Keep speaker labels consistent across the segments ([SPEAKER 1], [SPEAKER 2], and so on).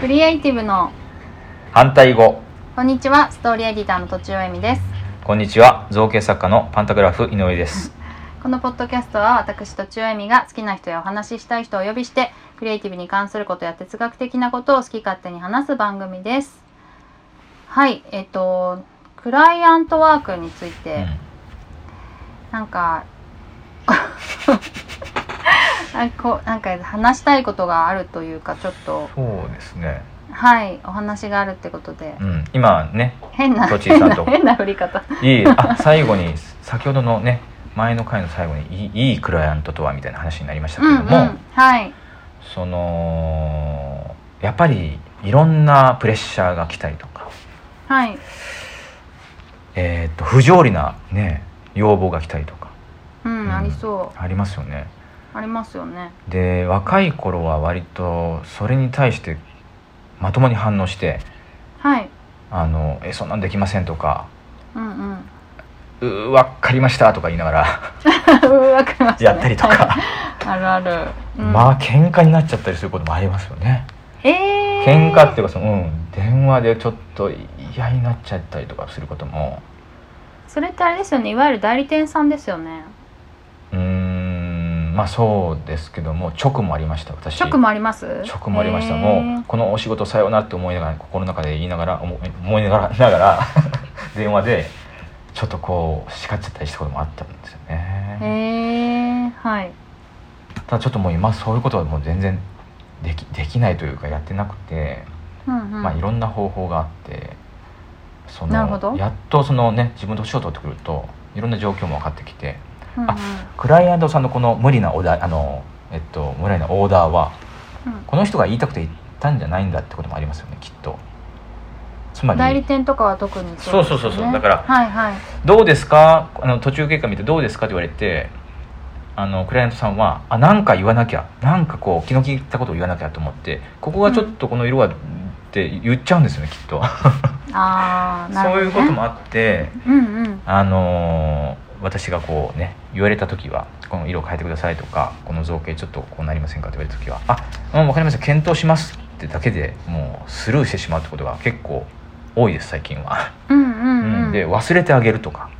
[SPEAKER 1] クリエイティブの
[SPEAKER 2] 反対語
[SPEAKER 1] こんにちはストーリーエディターのとちおえみです
[SPEAKER 2] こんにちは造形作家のパンタグラフ井上です
[SPEAKER 1] このポッドキャストは私とちおえみが好きな人やお話ししたい人をお呼びしてクリエイティブに関することや哲学的なことを好き勝手に話す番組ですはいえっ、とクライアントワークについて、
[SPEAKER 2] うん
[SPEAKER 1] なんか あこうなんか話したいことがあるというかちょっと
[SPEAKER 2] そうですね
[SPEAKER 1] はいお話があるってことで
[SPEAKER 2] うん今ね
[SPEAKER 1] 変な
[SPEAKER 2] とちい
[SPEAKER 1] 変
[SPEAKER 2] さんと
[SPEAKER 1] な 変な振り方
[SPEAKER 2] いい あ最後に先ほどのね前の回の最後にいいいいクライアントとはみたいな話になりましたけ
[SPEAKER 1] う
[SPEAKER 2] れ
[SPEAKER 1] んう
[SPEAKER 2] ど
[SPEAKER 1] ん
[SPEAKER 2] も、
[SPEAKER 1] はい
[SPEAKER 2] そのやっぱりいろんなプレッシャーが来たりとか、
[SPEAKER 1] はい
[SPEAKER 2] えー、と不条理なね要望が来たりとか
[SPEAKER 1] うん、
[SPEAKER 2] うん
[SPEAKER 1] ありそう
[SPEAKER 2] ありますよね。
[SPEAKER 1] ありますよね
[SPEAKER 2] で若い頃は割とそれに対してまともに反応して
[SPEAKER 1] はい
[SPEAKER 2] 「あのえそんなんできません」とか
[SPEAKER 1] うんうん
[SPEAKER 2] 「うーわかりました」とか言いながら
[SPEAKER 1] わかりました、ね、
[SPEAKER 2] やったりとか、
[SPEAKER 1] あるある、うん
[SPEAKER 2] まあ喧嘩になっちゃったりすることもありますよね。
[SPEAKER 1] えー、
[SPEAKER 2] 喧嘩っていうかその、うん、電話でちょっと嫌になっちゃったりとかすることも
[SPEAKER 1] それってあれですよねいわゆる代理店さんですよね
[SPEAKER 2] うーんまあそうですけども直もありました私
[SPEAKER 1] 直もあります
[SPEAKER 2] 直もありました、
[SPEAKER 1] えー
[SPEAKER 2] もうこのお仕事さようなって思いながら心の中で言いながら思い思いながらながら 電話でちょっとこう叱っちゃったりしたこともあったんですよ
[SPEAKER 1] へ
[SPEAKER 2] ね、
[SPEAKER 1] えー、はい
[SPEAKER 2] ただちょっともう今そういうことはもう全然できできないというかやってなくて、
[SPEAKER 1] うんうん、
[SPEAKER 2] まあいろんな方法があってそ
[SPEAKER 1] なるほど
[SPEAKER 2] のやっとそのね自分の年を取ってくるといろんな状況も分かってきて
[SPEAKER 1] うんうん
[SPEAKER 2] あクライアントさんのこの無理なオーダーあのえっと無理なオーダーは
[SPEAKER 1] うん
[SPEAKER 2] この人が言いたくて言ったんじゃないんだってこともありますよねきっとつま
[SPEAKER 1] 代理
[SPEAKER 2] り
[SPEAKER 1] 店とかは特にですよ
[SPEAKER 2] そうそうそうそうだから
[SPEAKER 1] はいはい
[SPEAKER 2] 「どうですかあの途中経過見てどうですか?」って言われてあのクライアントさんは「あなんか言わなきゃなんかこう気の利いたことを言わなきゃ」と思って「ここがちょっとこの色は」って言っちゃうんですよねきっと
[SPEAKER 1] ああなるほど、
[SPEAKER 2] そうい
[SPEAKER 1] ね、
[SPEAKER 2] うこともあって
[SPEAKER 1] うんうん
[SPEAKER 2] あのー私がこうね言われた時は「この色を変えてください」とか「この造形ちょっとこうなりませんか?」って言われた時は「あうん分かりました検討します」ってだけでもうスルーしてしまうってことが結構多いです最近は。
[SPEAKER 1] うんう
[SPEAKER 2] うん
[SPEAKER 1] んうん
[SPEAKER 2] で忘れてあげるとか、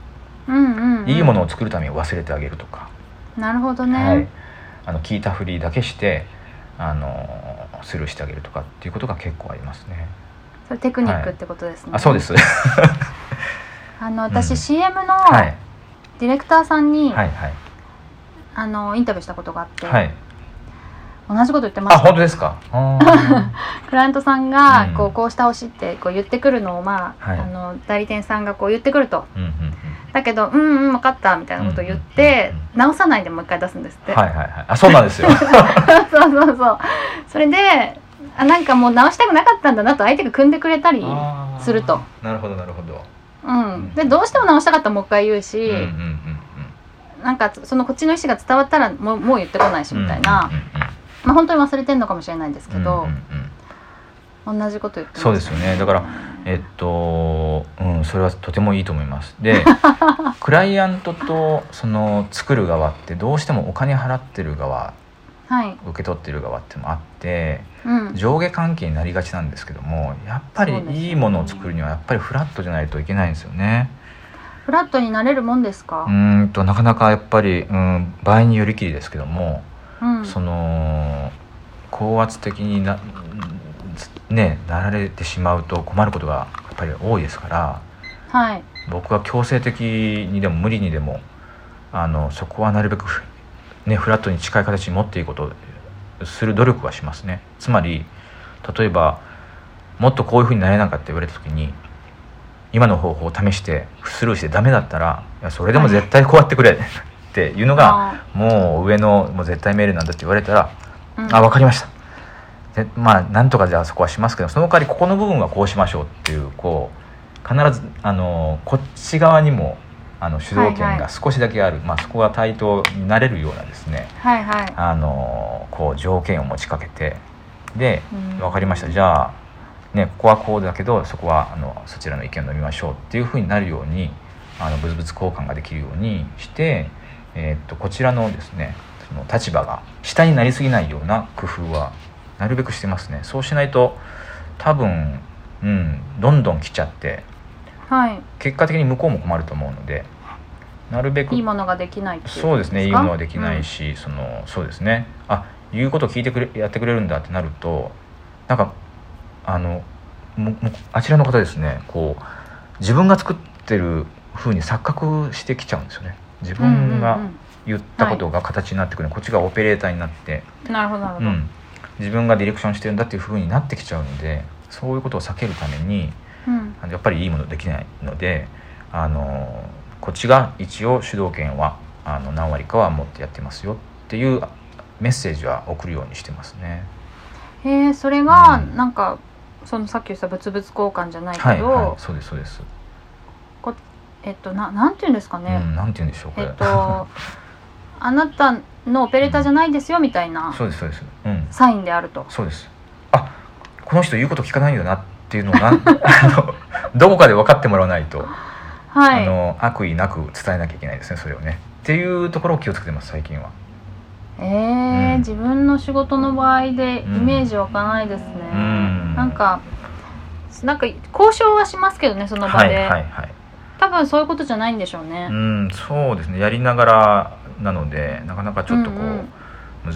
[SPEAKER 1] うんうんうん
[SPEAKER 2] いいものを作るために忘れてあげるとか、
[SPEAKER 1] なるほどね、
[SPEAKER 2] はい、あの聞いたふりだけして、あのースルーしてあげるとかっていうことが結構ありますね。
[SPEAKER 1] それテクニックってことですね、
[SPEAKER 2] あそうです
[SPEAKER 1] あの
[SPEAKER 2] う
[SPEAKER 1] 私
[SPEAKER 2] ん
[SPEAKER 1] CM の
[SPEAKER 2] はい
[SPEAKER 1] ディレクターさんに、
[SPEAKER 2] はいはい
[SPEAKER 1] あのインタビューしたことがあって、
[SPEAKER 2] はい。
[SPEAKER 1] 同じこと言ってま
[SPEAKER 2] あ
[SPEAKER 1] した
[SPEAKER 2] 本当ですか。あー
[SPEAKER 1] クライアントさんが
[SPEAKER 2] うん
[SPEAKER 1] こうこうしてほしいってこう言ってくるのを、まあ
[SPEAKER 2] はい
[SPEAKER 1] あの代理店さんがこう言ってくると
[SPEAKER 2] うんうんうん
[SPEAKER 1] だけど「うんうん分かった」みたいなことを言って、
[SPEAKER 2] うんうんうん
[SPEAKER 1] 直さないでもう一回出すんですって、
[SPEAKER 2] はいはいはい。あそうなんですよ。
[SPEAKER 1] そうそうそうそれであなんかもう直したくなかったんだなと相手が組んでくれたり、う
[SPEAKER 2] あー
[SPEAKER 1] すると
[SPEAKER 2] なるほどなるほど、
[SPEAKER 1] ん、でどうしても直したかったらもう一回言うし、
[SPEAKER 2] うんうんうんうん
[SPEAKER 1] なんかそのこっちの意思が伝わったらもうもう言ってこないしみたいな、
[SPEAKER 2] うんう
[SPEAKER 1] まあ、本当に忘れてんのかもしれないですけ
[SPEAKER 2] んうん
[SPEAKER 1] ど
[SPEAKER 2] うんう、ん
[SPEAKER 1] 同じこと言ってました
[SPEAKER 2] そうですよねだからえっと、うん、それはとてもいいと思います でクライアントとその作る側ってどうしてもお金払ってる側
[SPEAKER 1] はい、
[SPEAKER 2] 受け取ってる側ってもあって
[SPEAKER 1] うん、
[SPEAKER 2] 上下関係になりがちなんですけどもやっぱり
[SPEAKER 1] そうですよね
[SPEAKER 2] いいものを作るにはやっぱりフラットじゃないといけないんですよね。
[SPEAKER 1] フラットになれるもんですか
[SPEAKER 2] う、んとなかなかやっぱり、うん、場合によりきりですけども
[SPEAKER 1] うん
[SPEAKER 2] その高圧的にな,、ね、なられてしまうと困ることがやっぱり多いですから
[SPEAKER 1] はい、
[SPEAKER 2] 僕は強制的にでも無理にでもあのそこはなるべくふ、ね、フラットに近い形に持っていくことをする努力はしますね。つまり例えばもっとこういうふうになれなかったって言われた時に今の方法を試してスルーしてダメだったらいやそれでも絶対こうやってくれっていうのが
[SPEAKER 1] あ
[SPEAKER 2] もう上のもう絶対命令なんだって言われたら
[SPEAKER 1] ー、うん
[SPEAKER 2] あ分かりましたでまあなんとかじゃあそこはしますけどその代わりここの部分はこうしましょうっていうこう必ずあのこっち側にもあの主導
[SPEAKER 1] は
[SPEAKER 2] 権
[SPEAKER 1] いは
[SPEAKER 2] が少しだけある、まあ、そこが対等になれるようなですね
[SPEAKER 1] はいはい、
[SPEAKER 2] あのこう条件を持ちかけてで
[SPEAKER 1] うん
[SPEAKER 2] 分かりましたじゃあ、ね、ここはこうだけどそこはあのそちらの意見を飲みましょうっていうふうになるようにあの物々交換ができるようにして、えーっとこちらのですねその立場が下になりすぎないような工夫はなるべくしてますねそうしないと多分、うん、どんどん来ちゃって
[SPEAKER 1] はい
[SPEAKER 2] 結果的に向こうも困ると思うのでなるべく
[SPEAKER 1] いいものができないっていう
[SPEAKER 2] そうですね
[SPEAKER 1] い
[SPEAKER 2] 言うのはできない
[SPEAKER 1] し、
[SPEAKER 2] し、そのそうですねあ言うこと聞いてくれやってくれるんだってなるとなんかあのももあちらの方ですねこう自分が作ってる風に錯覚してきちゃうんですよね自
[SPEAKER 1] うんうんうん
[SPEAKER 2] 分が言ったことが形になってくる、こっちがオペレーターになって、
[SPEAKER 1] なるほどなるほ
[SPEAKER 2] う
[SPEAKER 1] ど、
[SPEAKER 2] ん、自分がディレクションしてるんだっていう風になってきちゃうのでそういうことを避けるために
[SPEAKER 1] うん
[SPEAKER 2] あのやっぱりいいものできないのであのこっちが一応主導権はあの何割かは持ってやってますよっていうメッセージは送るようにしてますね。
[SPEAKER 1] へえそれが
[SPEAKER 2] うん
[SPEAKER 1] なんか、そのさっき言った物々交換じゃない
[SPEAKER 2] は
[SPEAKER 1] け
[SPEAKER 2] い、
[SPEAKER 1] ど、
[SPEAKER 2] はい、そうですそうです。
[SPEAKER 1] えっとななんて言うんですか
[SPEAKER 2] う
[SPEAKER 1] ね、
[SPEAKER 2] ん、なんて言うんでしょうこ
[SPEAKER 1] え
[SPEAKER 2] れ。
[SPEAKER 1] っとあなたのオペレーターじゃないですよみたいな
[SPEAKER 2] そうですそうです。うん、
[SPEAKER 1] サインであると
[SPEAKER 2] そうです。あ、この人言うこと聞かないよなっていうのを なんあのどこかで分かってもらわないと、
[SPEAKER 1] は
[SPEAKER 2] あ
[SPEAKER 1] い
[SPEAKER 2] の悪意なく伝えなきゃいけないですねそれをね。っていうところを気をつけてます最近は。
[SPEAKER 1] えー
[SPEAKER 2] うん
[SPEAKER 1] 自分の仕事の場合でイ
[SPEAKER 2] うん
[SPEAKER 1] メージ湧かないですね、
[SPEAKER 2] うん
[SPEAKER 1] なんかなんか交渉はしますけどねその場
[SPEAKER 2] は
[SPEAKER 1] で、
[SPEAKER 2] いはいはい。
[SPEAKER 1] 多分そういうことじゃないんでしょうね、
[SPEAKER 2] うん、そうですねやりながらなのでなかなかちょっとこう、
[SPEAKER 1] うんうん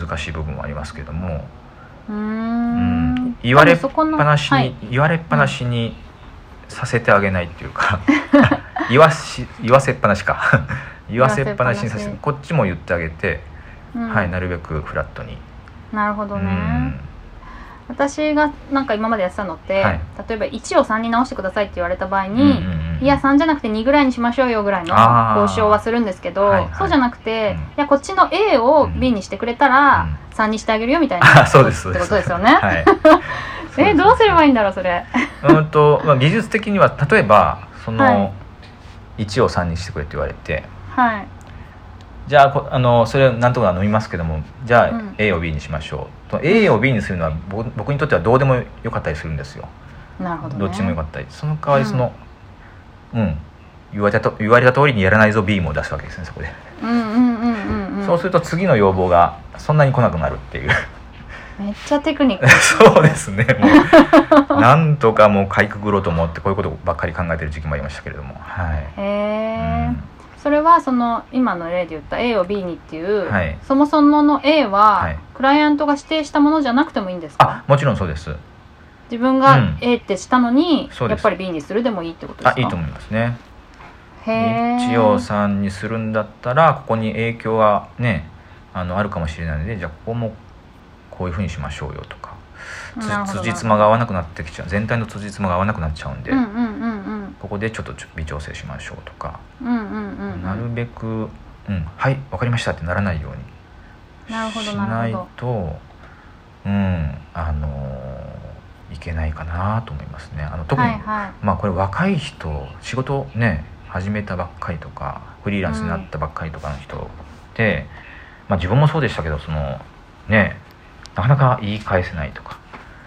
[SPEAKER 2] 難しい部分はありますけども、
[SPEAKER 1] うー
[SPEAKER 2] うんん、言われっ
[SPEAKER 1] 多分そこ
[SPEAKER 2] ぱ
[SPEAKER 1] の
[SPEAKER 2] なしに、
[SPEAKER 1] はい
[SPEAKER 2] 言われっぱなしにさせてあげないっていうか 言わし言わせっぱなし か言わせっぱなしにさせ
[SPEAKER 1] 言わせっぱなし
[SPEAKER 2] こっちも言ってあげて、
[SPEAKER 1] うん
[SPEAKER 2] はい、なるべくフラットに。
[SPEAKER 1] なるほどね、
[SPEAKER 2] うん
[SPEAKER 1] 私がなんか今までやってたのって、
[SPEAKER 2] はい
[SPEAKER 1] 例えば1を3に直してくださいって言われた場合に、
[SPEAKER 2] うんうんうん
[SPEAKER 1] いや3じゃなくて2ぐらいにしましょうよぐらいの
[SPEAKER 2] あー
[SPEAKER 1] 交渉はするんですけど、
[SPEAKER 2] はいはい
[SPEAKER 1] そうじゃなくて、
[SPEAKER 2] うん
[SPEAKER 1] いやこっちの A を B にしてくれたら
[SPEAKER 2] う
[SPEAKER 1] 3にしてあげるよみたいな、
[SPEAKER 2] あそうですそう
[SPEAKER 1] って
[SPEAKER 2] で
[SPEAKER 1] こ
[SPEAKER 2] す
[SPEAKER 1] とですよね。
[SPEAKER 2] はい、
[SPEAKER 1] えどうすれば
[SPEAKER 2] い
[SPEAKER 1] いいんだろうそれ。
[SPEAKER 2] うんと、まあ、技術的には例えばそ
[SPEAKER 1] は
[SPEAKER 2] の、一1を3にしてくれって言われて、
[SPEAKER 1] はい。
[SPEAKER 2] じゃあこあのそれはなんとか飲みますけどもじゃあ、
[SPEAKER 1] うん
[SPEAKER 2] A を B にしましょうと A を B にするのはぼ僕にとってはどうでもよかったりするんですよ
[SPEAKER 1] なるほど、ね。
[SPEAKER 2] どっちもよかったりその代わり
[SPEAKER 1] うん
[SPEAKER 2] そのうん、言われたと言われた通りにやらないぞ B も出すわけですねそこで、
[SPEAKER 1] うんうんうんうんうん。
[SPEAKER 2] そうすると次の要望がそんなに来なくなるっていう
[SPEAKER 1] めっちゃテクニック。
[SPEAKER 2] そうですね もうなんとかもうかいくぐろうと思ってこういうことばっかり考えてる時期もありましたけれどもは
[SPEAKER 1] へ
[SPEAKER 2] い、う
[SPEAKER 1] え、
[SPEAKER 2] ん
[SPEAKER 1] それはその今の例で言った A を B にっていう、
[SPEAKER 2] はい
[SPEAKER 1] そもそもの A は、
[SPEAKER 2] はい
[SPEAKER 1] クライアントが指定したものじゃなくてもいいんですか
[SPEAKER 2] あもちろんそうです
[SPEAKER 1] 自分
[SPEAKER 2] う
[SPEAKER 1] が
[SPEAKER 2] ん
[SPEAKER 1] A ってしたのに、
[SPEAKER 2] そう
[SPEAKER 1] や
[SPEAKER 2] です
[SPEAKER 1] っぱり B にするでもいいってことですか
[SPEAKER 2] あいいと思いますね
[SPEAKER 1] へえ
[SPEAKER 2] 一応さんにするんだったらここに影響がねあのあるかもしれないのでじゃあここもこういうふうにしましょうよとか
[SPEAKER 1] なるほ
[SPEAKER 2] つ
[SPEAKER 1] ど
[SPEAKER 2] 辻褄が合わなくなってきちゃう全体の辻褄が合わなくなっちゃうんで、
[SPEAKER 1] うんうんうんうん
[SPEAKER 2] ここでちょっとちょ微調整しましょうとか、
[SPEAKER 1] うんうんうんうん
[SPEAKER 2] なるべく、うん、はいわかりましたってならないように
[SPEAKER 1] なるほど
[SPEAKER 2] しない
[SPEAKER 1] なるほ
[SPEAKER 2] とうんあのーいけないかなと思いますね。あの特に、
[SPEAKER 1] はいはい
[SPEAKER 2] まあこれ若い人仕事ね始めたばっかりとかフリーランスになったばっかりとかの人って、まあ自分もそうでしたけどそのねなかなか言い返せないとか、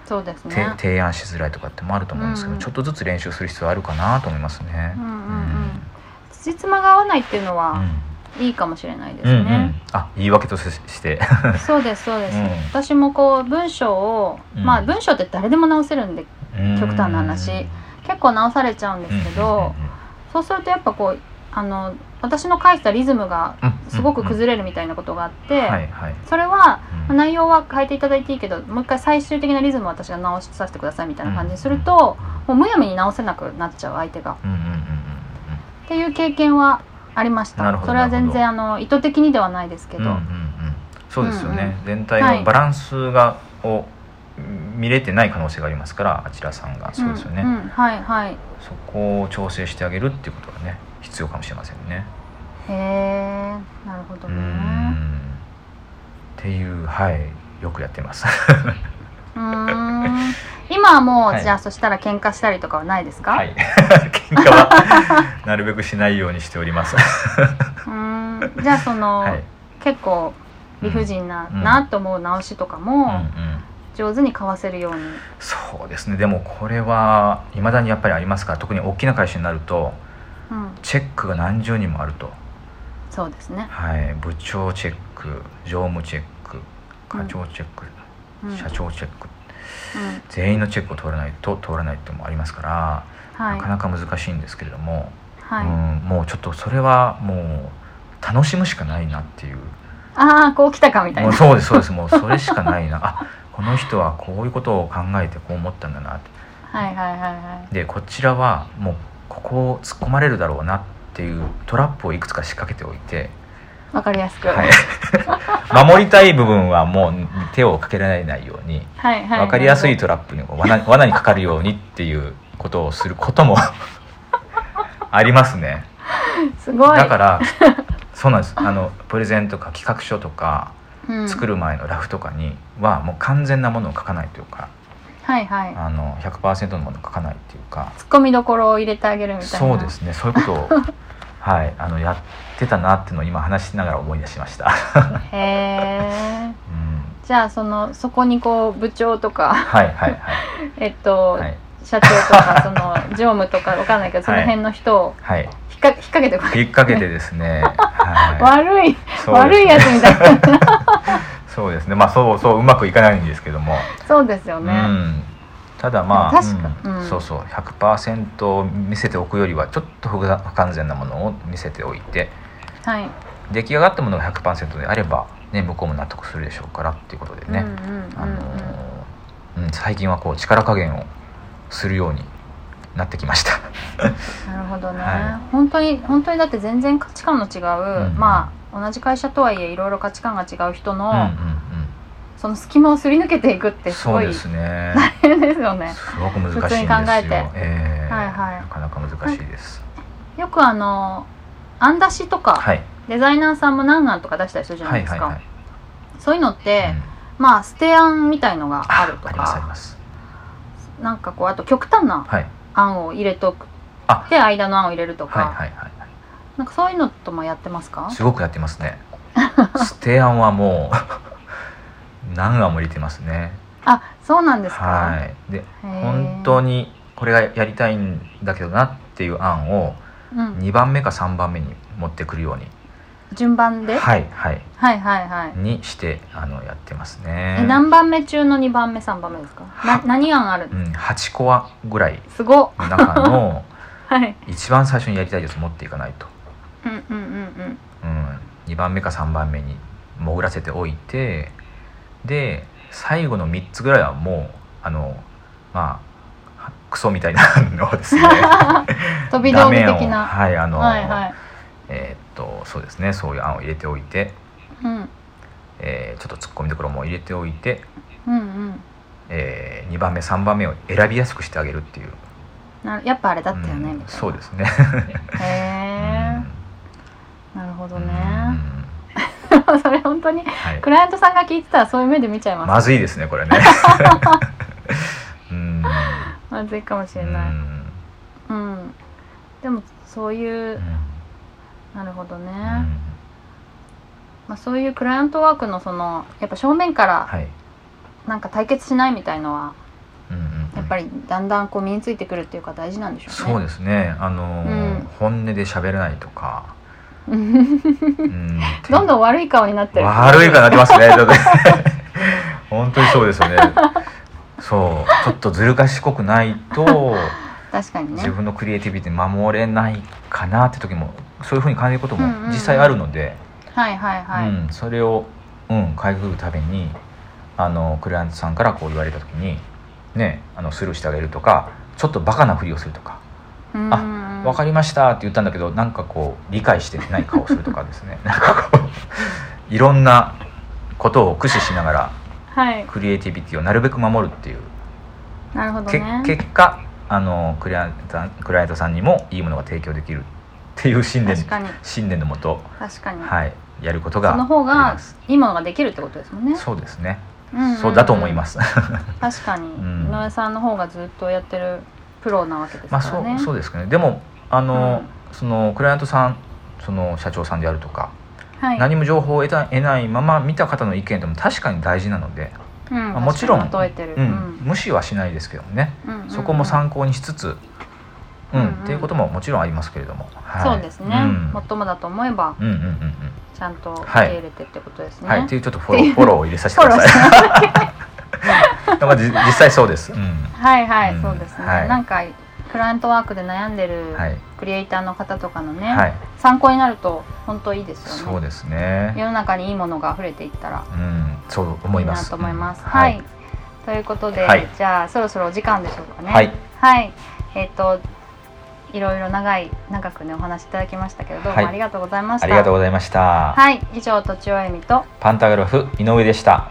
[SPEAKER 1] そうです
[SPEAKER 2] て
[SPEAKER 1] ね
[SPEAKER 2] 提案しづらいとかってもあると思うんですけど、
[SPEAKER 1] うん
[SPEAKER 2] ちょっとずつ練習する必要あるかなと思いますね。
[SPEAKER 1] うんうんう
[SPEAKER 2] うん
[SPEAKER 1] ん辻褄が合わないっていうの
[SPEAKER 2] う
[SPEAKER 1] は
[SPEAKER 2] ん
[SPEAKER 1] いいかもしれないです
[SPEAKER 2] うんう
[SPEAKER 1] ね
[SPEAKER 2] ん、あ言い訳としして、
[SPEAKER 1] そうですそうです、
[SPEAKER 2] うん
[SPEAKER 1] 私もこう文章を、
[SPEAKER 2] うん
[SPEAKER 1] まあ文章って誰でも直せるんで極端な話
[SPEAKER 2] うん
[SPEAKER 1] 結構直されちゃうんですけど、そうするとやっぱこうあの私の返したリズムが
[SPEAKER 2] うんうんうん
[SPEAKER 1] すごく崩れるみたいなことがあって、
[SPEAKER 2] はいはい、
[SPEAKER 1] それは
[SPEAKER 2] うん
[SPEAKER 1] 内容は変えていただいていいけどもう一回最終的なリズムを私が直しさせてくださいみたいな感じにすると、もうむやみに直せなくなっちゃう相手が。
[SPEAKER 2] うんうんうんうんうん
[SPEAKER 1] っていう経験はありまし
[SPEAKER 2] な
[SPEAKER 1] た
[SPEAKER 2] るほど
[SPEAKER 1] それは全然
[SPEAKER 2] な
[SPEAKER 1] あの意図的にではないですけど、
[SPEAKER 2] うんうんうん、そうですよね、
[SPEAKER 1] うんう
[SPEAKER 2] 全体のバランスが、を見れてない可能性がありますからあちらさんがそうですよね、
[SPEAKER 1] んんはいはい
[SPEAKER 2] そこを調整してあげるっていうことがね必要かもしれませんね。
[SPEAKER 1] へえなるほど
[SPEAKER 2] うー
[SPEAKER 1] ね
[SPEAKER 2] んっていうはいよくやってます。
[SPEAKER 1] うーん今はもう、
[SPEAKER 2] はい
[SPEAKER 1] じゃあそしたら喧嘩したりとかはないですか、
[SPEAKER 2] は、い 喧嘩はなるべくしないようにしてお ります。
[SPEAKER 1] うーんじゃあその、
[SPEAKER 2] はい、
[SPEAKER 1] 結構理不尽な、
[SPEAKER 2] うん
[SPEAKER 1] なと思う直しとか
[SPEAKER 2] うんう
[SPEAKER 1] も
[SPEAKER 2] ん
[SPEAKER 1] 上手にかわせるように、
[SPEAKER 2] そうですねでもこれは未だにやっぱりありますから特に大きな会社になると
[SPEAKER 1] うん、
[SPEAKER 2] チェックが何十人もあると。
[SPEAKER 1] そうですね、
[SPEAKER 2] はい、部長チェック常務チェック課長チェック、
[SPEAKER 1] うん
[SPEAKER 2] 社長チェック、
[SPEAKER 1] うん
[SPEAKER 2] 全員のチェックを通らないと通らないってのもありますから、
[SPEAKER 1] はい
[SPEAKER 2] なかなか難しいんですけれども、
[SPEAKER 1] はい、
[SPEAKER 2] うん、もうちょっとそれはもう楽しむしかないなっていう
[SPEAKER 1] ああこう来たかみたい
[SPEAKER 2] もう
[SPEAKER 1] な
[SPEAKER 2] そうですそうですもうそれしかないなあこの人はこういうことを考えてこう思ったんだなって
[SPEAKER 1] はいはいはいは
[SPEAKER 2] でこちらはもうここを突っ込まれるだろうなっていうトラップをいくつか仕掛けておいて、
[SPEAKER 1] いわかりやすく
[SPEAKER 2] はい、守りたい部分はもう手をかけられないように
[SPEAKER 1] はいはい
[SPEAKER 2] 分かりやすいトラップにこ う罠罠にかかるようにっていうことをすることも ありますね。
[SPEAKER 1] すごい
[SPEAKER 2] だから そうなんですあのプレゼントとか企画書とか
[SPEAKER 1] うん
[SPEAKER 2] 作る前のラフとかにはもう完全なものを書かないというか
[SPEAKER 1] はいはい
[SPEAKER 2] あの100%のものを書かないっていうか
[SPEAKER 1] ツッコミどころを入れてあげるみたいな
[SPEAKER 2] そうですねそうい うことをはいあのやってたなっていうのを今話しながら思い出しました。
[SPEAKER 1] へえ
[SPEAKER 2] うん、
[SPEAKER 1] じゃあそのそこにこう部長とか
[SPEAKER 2] はいはいはい
[SPEAKER 1] えっと、
[SPEAKER 2] はい
[SPEAKER 1] 社長とかその常務とかわかんないけどその辺の人を
[SPEAKER 2] はい。
[SPEAKER 1] 引っか引っ掛けてこい、
[SPEAKER 2] 引っ掛けてですね。は
[SPEAKER 1] 悪い、
[SPEAKER 2] い。そうです
[SPEAKER 1] 悪いやつみたい な
[SPEAKER 2] そうですね。まあそうそううまくいかないんですけども。
[SPEAKER 1] そうですよ
[SPEAKER 2] う
[SPEAKER 1] ね、
[SPEAKER 2] ん。ただまあ、
[SPEAKER 1] 確か
[SPEAKER 2] うん
[SPEAKER 1] うん
[SPEAKER 2] そうそう100%を見せておくよりはちょっと不完不完全なものを見せておいて
[SPEAKER 1] はい、
[SPEAKER 2] 出来上がったものが100%であれば、ね、向こうも納得するでしょうからっていうことで
[SPEAKER 1] うんうんう
[SPEAKER 2] ね、
[SPEAKER 1] んうん
[SPEAKER 2] あのーうん、最近はこう力加減をするようになってきました。
[SPEAKER 1] なるほどね、
[SPEAKER 2] は
[SPEAKER 1] 本当に本当にだって全然価値観の違う、
[SPEAKER 2] うん
[SPEAKER 1] まあ同じ会社とはいえいろいろ価値観が違う人の、
[SPEAKER 2] うんうん
[SPEAKER 1] その隙間をすり抜けていくっ
[SPEAKER 2] う
[SPEAKER 1] て
[SPEAKER 2] ん、
[SPEAKER 1] す
[SPEAKER 2] そ
[SPEAKER 1] ご
[SPEAKER 2] う
[SPEAKER 1] い
[SPEAKER 2] ですね。
[SPEAKER 1] 大変ですよね。
[SPEAKER 2] すごく難しいんです
[SPEAKER 1] 普通
[SPEAKER 2] よ。
[SPEAKER 1] に考えて
[SPEAKER 2] ええ
[SPEAKER 1] はいはい
[SPEAKER 2] なかなか難しいです。
[SPEAKER 1] よくあのアンダシとか、
[SPEAKER 2] はい。
[SPEAKER 1] デザイナーさんもなんなんとか出したりするじゃ
[SPEAKER 2] は
[SPEAKER 1] ない
[SPEAKER 2] い
[SPEAKER 1] です
[SPEAKER 2] はい
[SPEAKER 1] か、
[SPEAKER 2] はい。
[SPEAKER 1] そういうのって
[SPEAKER 2] う、ん
[SPEAKER 1] まあステ案みたいのがあると
[SPEAKER 2] ありますあり
[SPEAKER 1] か
[SPEAKER 2] ます。
[SPEAKER 1] なんかこうあと極端な
[SPEAKER 2] はい
[SPEAKER 1] 案を入れとく
[SPEAKER 2] あ
[SPEAKER 1] で間の案を入れるとか、
[SPEAKER 2] はいはいはいはい。
[SPEAKER 1] なんかそういうのともやってますか
[SPEAKER 2] すごくやってますね。ステアンはもう 何案も入れてますね。
[SPEAKER 1] あそうなんですか、
[SPEAKER 2] はい。で
[SPEAKER 1] へー
[SPEAKER 2] 本当にこれがやりたいんだけどなっていう案を
[SPEAKER 1] うん、
[SPEAKER 2] 2番目か3番目に持ってくるように、
[SPEAKER 1] 順番で、
[SPEAKER 2] はいはい
[SPEAKER 1] はいはいはい
[SPEAKER 2] にしてあのやってます
[SPEAKER 1] え
[SPEAKER 2] ね。
[SPEAKER 1] 何番目中の2番目3番目ですかな何案あるん
[SPEAKER 2] う
[SPEAKER 1] です
[SPEAKER 2] ん8コアぐらい
[SPEAKER 1] かすごっ
[SPEAKER 2] の中の
[SPEAKER 1] はい
[SPEAKER 2] 一番最初にやりたいやつ持っていかないと。
[SPEAKER 1] うんうんうん
[SPEAKER 2] うん、2番目か3番目に潜らせておいてで最後の3つぐらいはもうあのまあはクソみたいなのをですね
[SPEAKER 1] うん 飛び道具的
[SPEAKER 2] を
[SPEAKER 1] な
[SPEAKER 2] はいあの、
[SPEAKER 1] はいはい
[SPEAKER 2] えーっとそうですねそういう案を入れておいて、
[SPEAKER 1] うん
[SPEAKER 2] えーちょっとツッコミどころも入れておいて、
[SPEAKER 1] うんうん
[SPEAKER 2] え2番目3番目を選びやすくしてあげるっていう
[SPEAKER 1] なやっぱあれだったよね、
[SPEAKER 2] うん
[SPEAKER 1] みたいな
[SPEAKER 2] そうです ね。
[SPEAKER 1] へえ、なるほ
[SPEAKER 2] う
[SPEAKER 1] ど
[SPEAKER 2] ん
[SPEAKER 1] ね、
[SPEAKER 2] うん
[SPEAKER 1] それ本当に
[SPEAKER 2] はい
[SPEAKER 1] クライアントさんが聞いてたらそういう目で見ちゃいます、
[SPEAKER 2] まずいですねこれ ね。うん
[SPEAKER 1] まずいかもしれないうん、でもそういううんなるほどね、
[SPEAKER 2] うん
[SPEAKER 1] まあ、そういうクライアントワークのそのやっぱ正面から
[SPEAKER 2] はい。
[SPEAKER 1] なんか対決しないみたいのは
[SPEAKER 2] うんうんうん
[SPEAKER 1] やっぱりだんだんこう身についてくるっていうか大事なんでしょうね
[SPEAKER 2] そうですね。あのー
[SPEAKER 1] うん
[SPEAKER 2] 本音で喋れないとか、うん、
[SPEAKER 1] どんどん悪い顔になってる
[SPEAKER 2] 悪いからなってますね。ちょっと本当にそうですよね。そう、ちょっとずる賢くないと
[SPEAKER 1] 確かにね
[SPEAKER 2] 自分のクリエイティビティ守れないかなって時もそういうふうに感じること
[SPEAKER 1] うんうんう
[SPEAKER 2] も
[SPEAKER 1] ん
[SPEAKER 2] 実際あるので、
[SPEAKER 1] はいはいはい、
[SPEAKER 2] うん、それをうんかいくぐるためにあのクライアントさんからこう言われた時にねあのスルーしてあげるとかちょっとバカなふりをするとか。
[SPEAKER 1] うんうん
[SPEAKER 2] わかりましたって言ったんだけどなんかこう理解してない顔するとかですね なんかこういろんなことを駆使しながら
[SPEAKER 1] はい
[SPEAKER 2] クリエイティビティをなるべく守るっていう、
[SPEAKER 1] なるほど
[SPEAKER 2] け
[SPEAKER 1] ね
[SPEAKER 2] 結果あのクライアントクライアントさんにもいいものが提供できるっていう信念
[SPEAKER 1] 確かに
[SPEAKER 2] 信念のもと、
[SPEAKER 1] 確かに、
[SPEAKER 2] はい、やることが
[SPEAKER 1] その方
[SPEAKER 2] あり
[SPEAKER 1] が
[SPEAKER 2] ます
[SPEAKER 1] いいものができるってことですもんね
[SPEAKER 2] そうですね、
[SPEAKER 1] うんんん
[SPEAKER 2] そうだと思 います。
[SPEAKER 1] 確かに、
[SPEAKER 2] ん
[SPEAKER 1] 井上さんの方がずっとやってるプロなわけです
[SPEAKER 2] ま
[SPEAKER 1] か
[SPEAKER 2] あ
[SPEAKER 1] ら
[SPEAKER 2] そ
[SPEAKER 1] ね。
[SPEAKER 2] うそうですかねでもあの、
[SPEAKER 1] う
[SPEAKER 2] そのクライアントさんその社長さんであるとか
[SPEAKER 1] はい、
[SPEAKER 2] 何も情報を得た得ないまま見た方の意見でも確かに大事なので、
[SPEAKER 1] うん
[SPEAKER 2] あもちろん
[SPEAKER 1] 確かに問えてる、
[SPEAKER 2] うん無視はしないですけどもね、
[SPEAKER 1] うんうんうん
[SPEAKER 2] そこも参考にしつつ、う
[SPEAKER 1] うん
[SPEAKER 2] ん
[SPEAKER 1] うん
[SPEAKER 2] っていうことももちろんありますけれども、はい
[SPEAKER 1] そうですね、
[SPEAKER 2] うん
[SPEAKER 1] もっともだと思えば
[SPEAKER 2] うんうんうん
[SPEAKER 1] ちゃんと受け入れてってことです
[SPEAKER 2] うん
[SPEAKER 1] ね。
[SPEAKER 2] はい、というちょっとフォローフォローを入れさせてください。なんかじ実際そうです、うん
[SPEAKER 1] はいはい、
[SPEAKER 2] うん
[SPEAKER 1] そうですね、
[SPEAKER 2] はい
[SPEAKER 1] なんかクライアントワークで悩んでる
[SPEAKER 2] はい
[SPEAKER 1] クリエイターの方とかのね、
[SPEAKER 2] はい
[SPEAKER 1] 参考になると本当いいですよね
[SPEAKER 2] そうですね
[SPEAKER 1] 世の中にいいものが溢れていったら
[SPEAKER 2] うんそう思います
[SPEAKER 1] なと思います。
[SPEAKER 2] うん
[SPEAKER 1] はい、ということで、
[SPEAKER 2] はい
[SPEAKER 1] じゃあそろそろお時間でしょうかね。
[SPEAKER 2] はい、
[SPEAKER 1] はいえっ、といろいろ長い長くねお話いただきましたけどどう
[SPEAKER 2] はい
[SPEAKER 1] もありがとうございました。
[SPEAKER 2] ありがとうございました、
[SPEAKER 1] はい、以上とちおえみと
[SPEAKER 2] パンタグラフ井上でした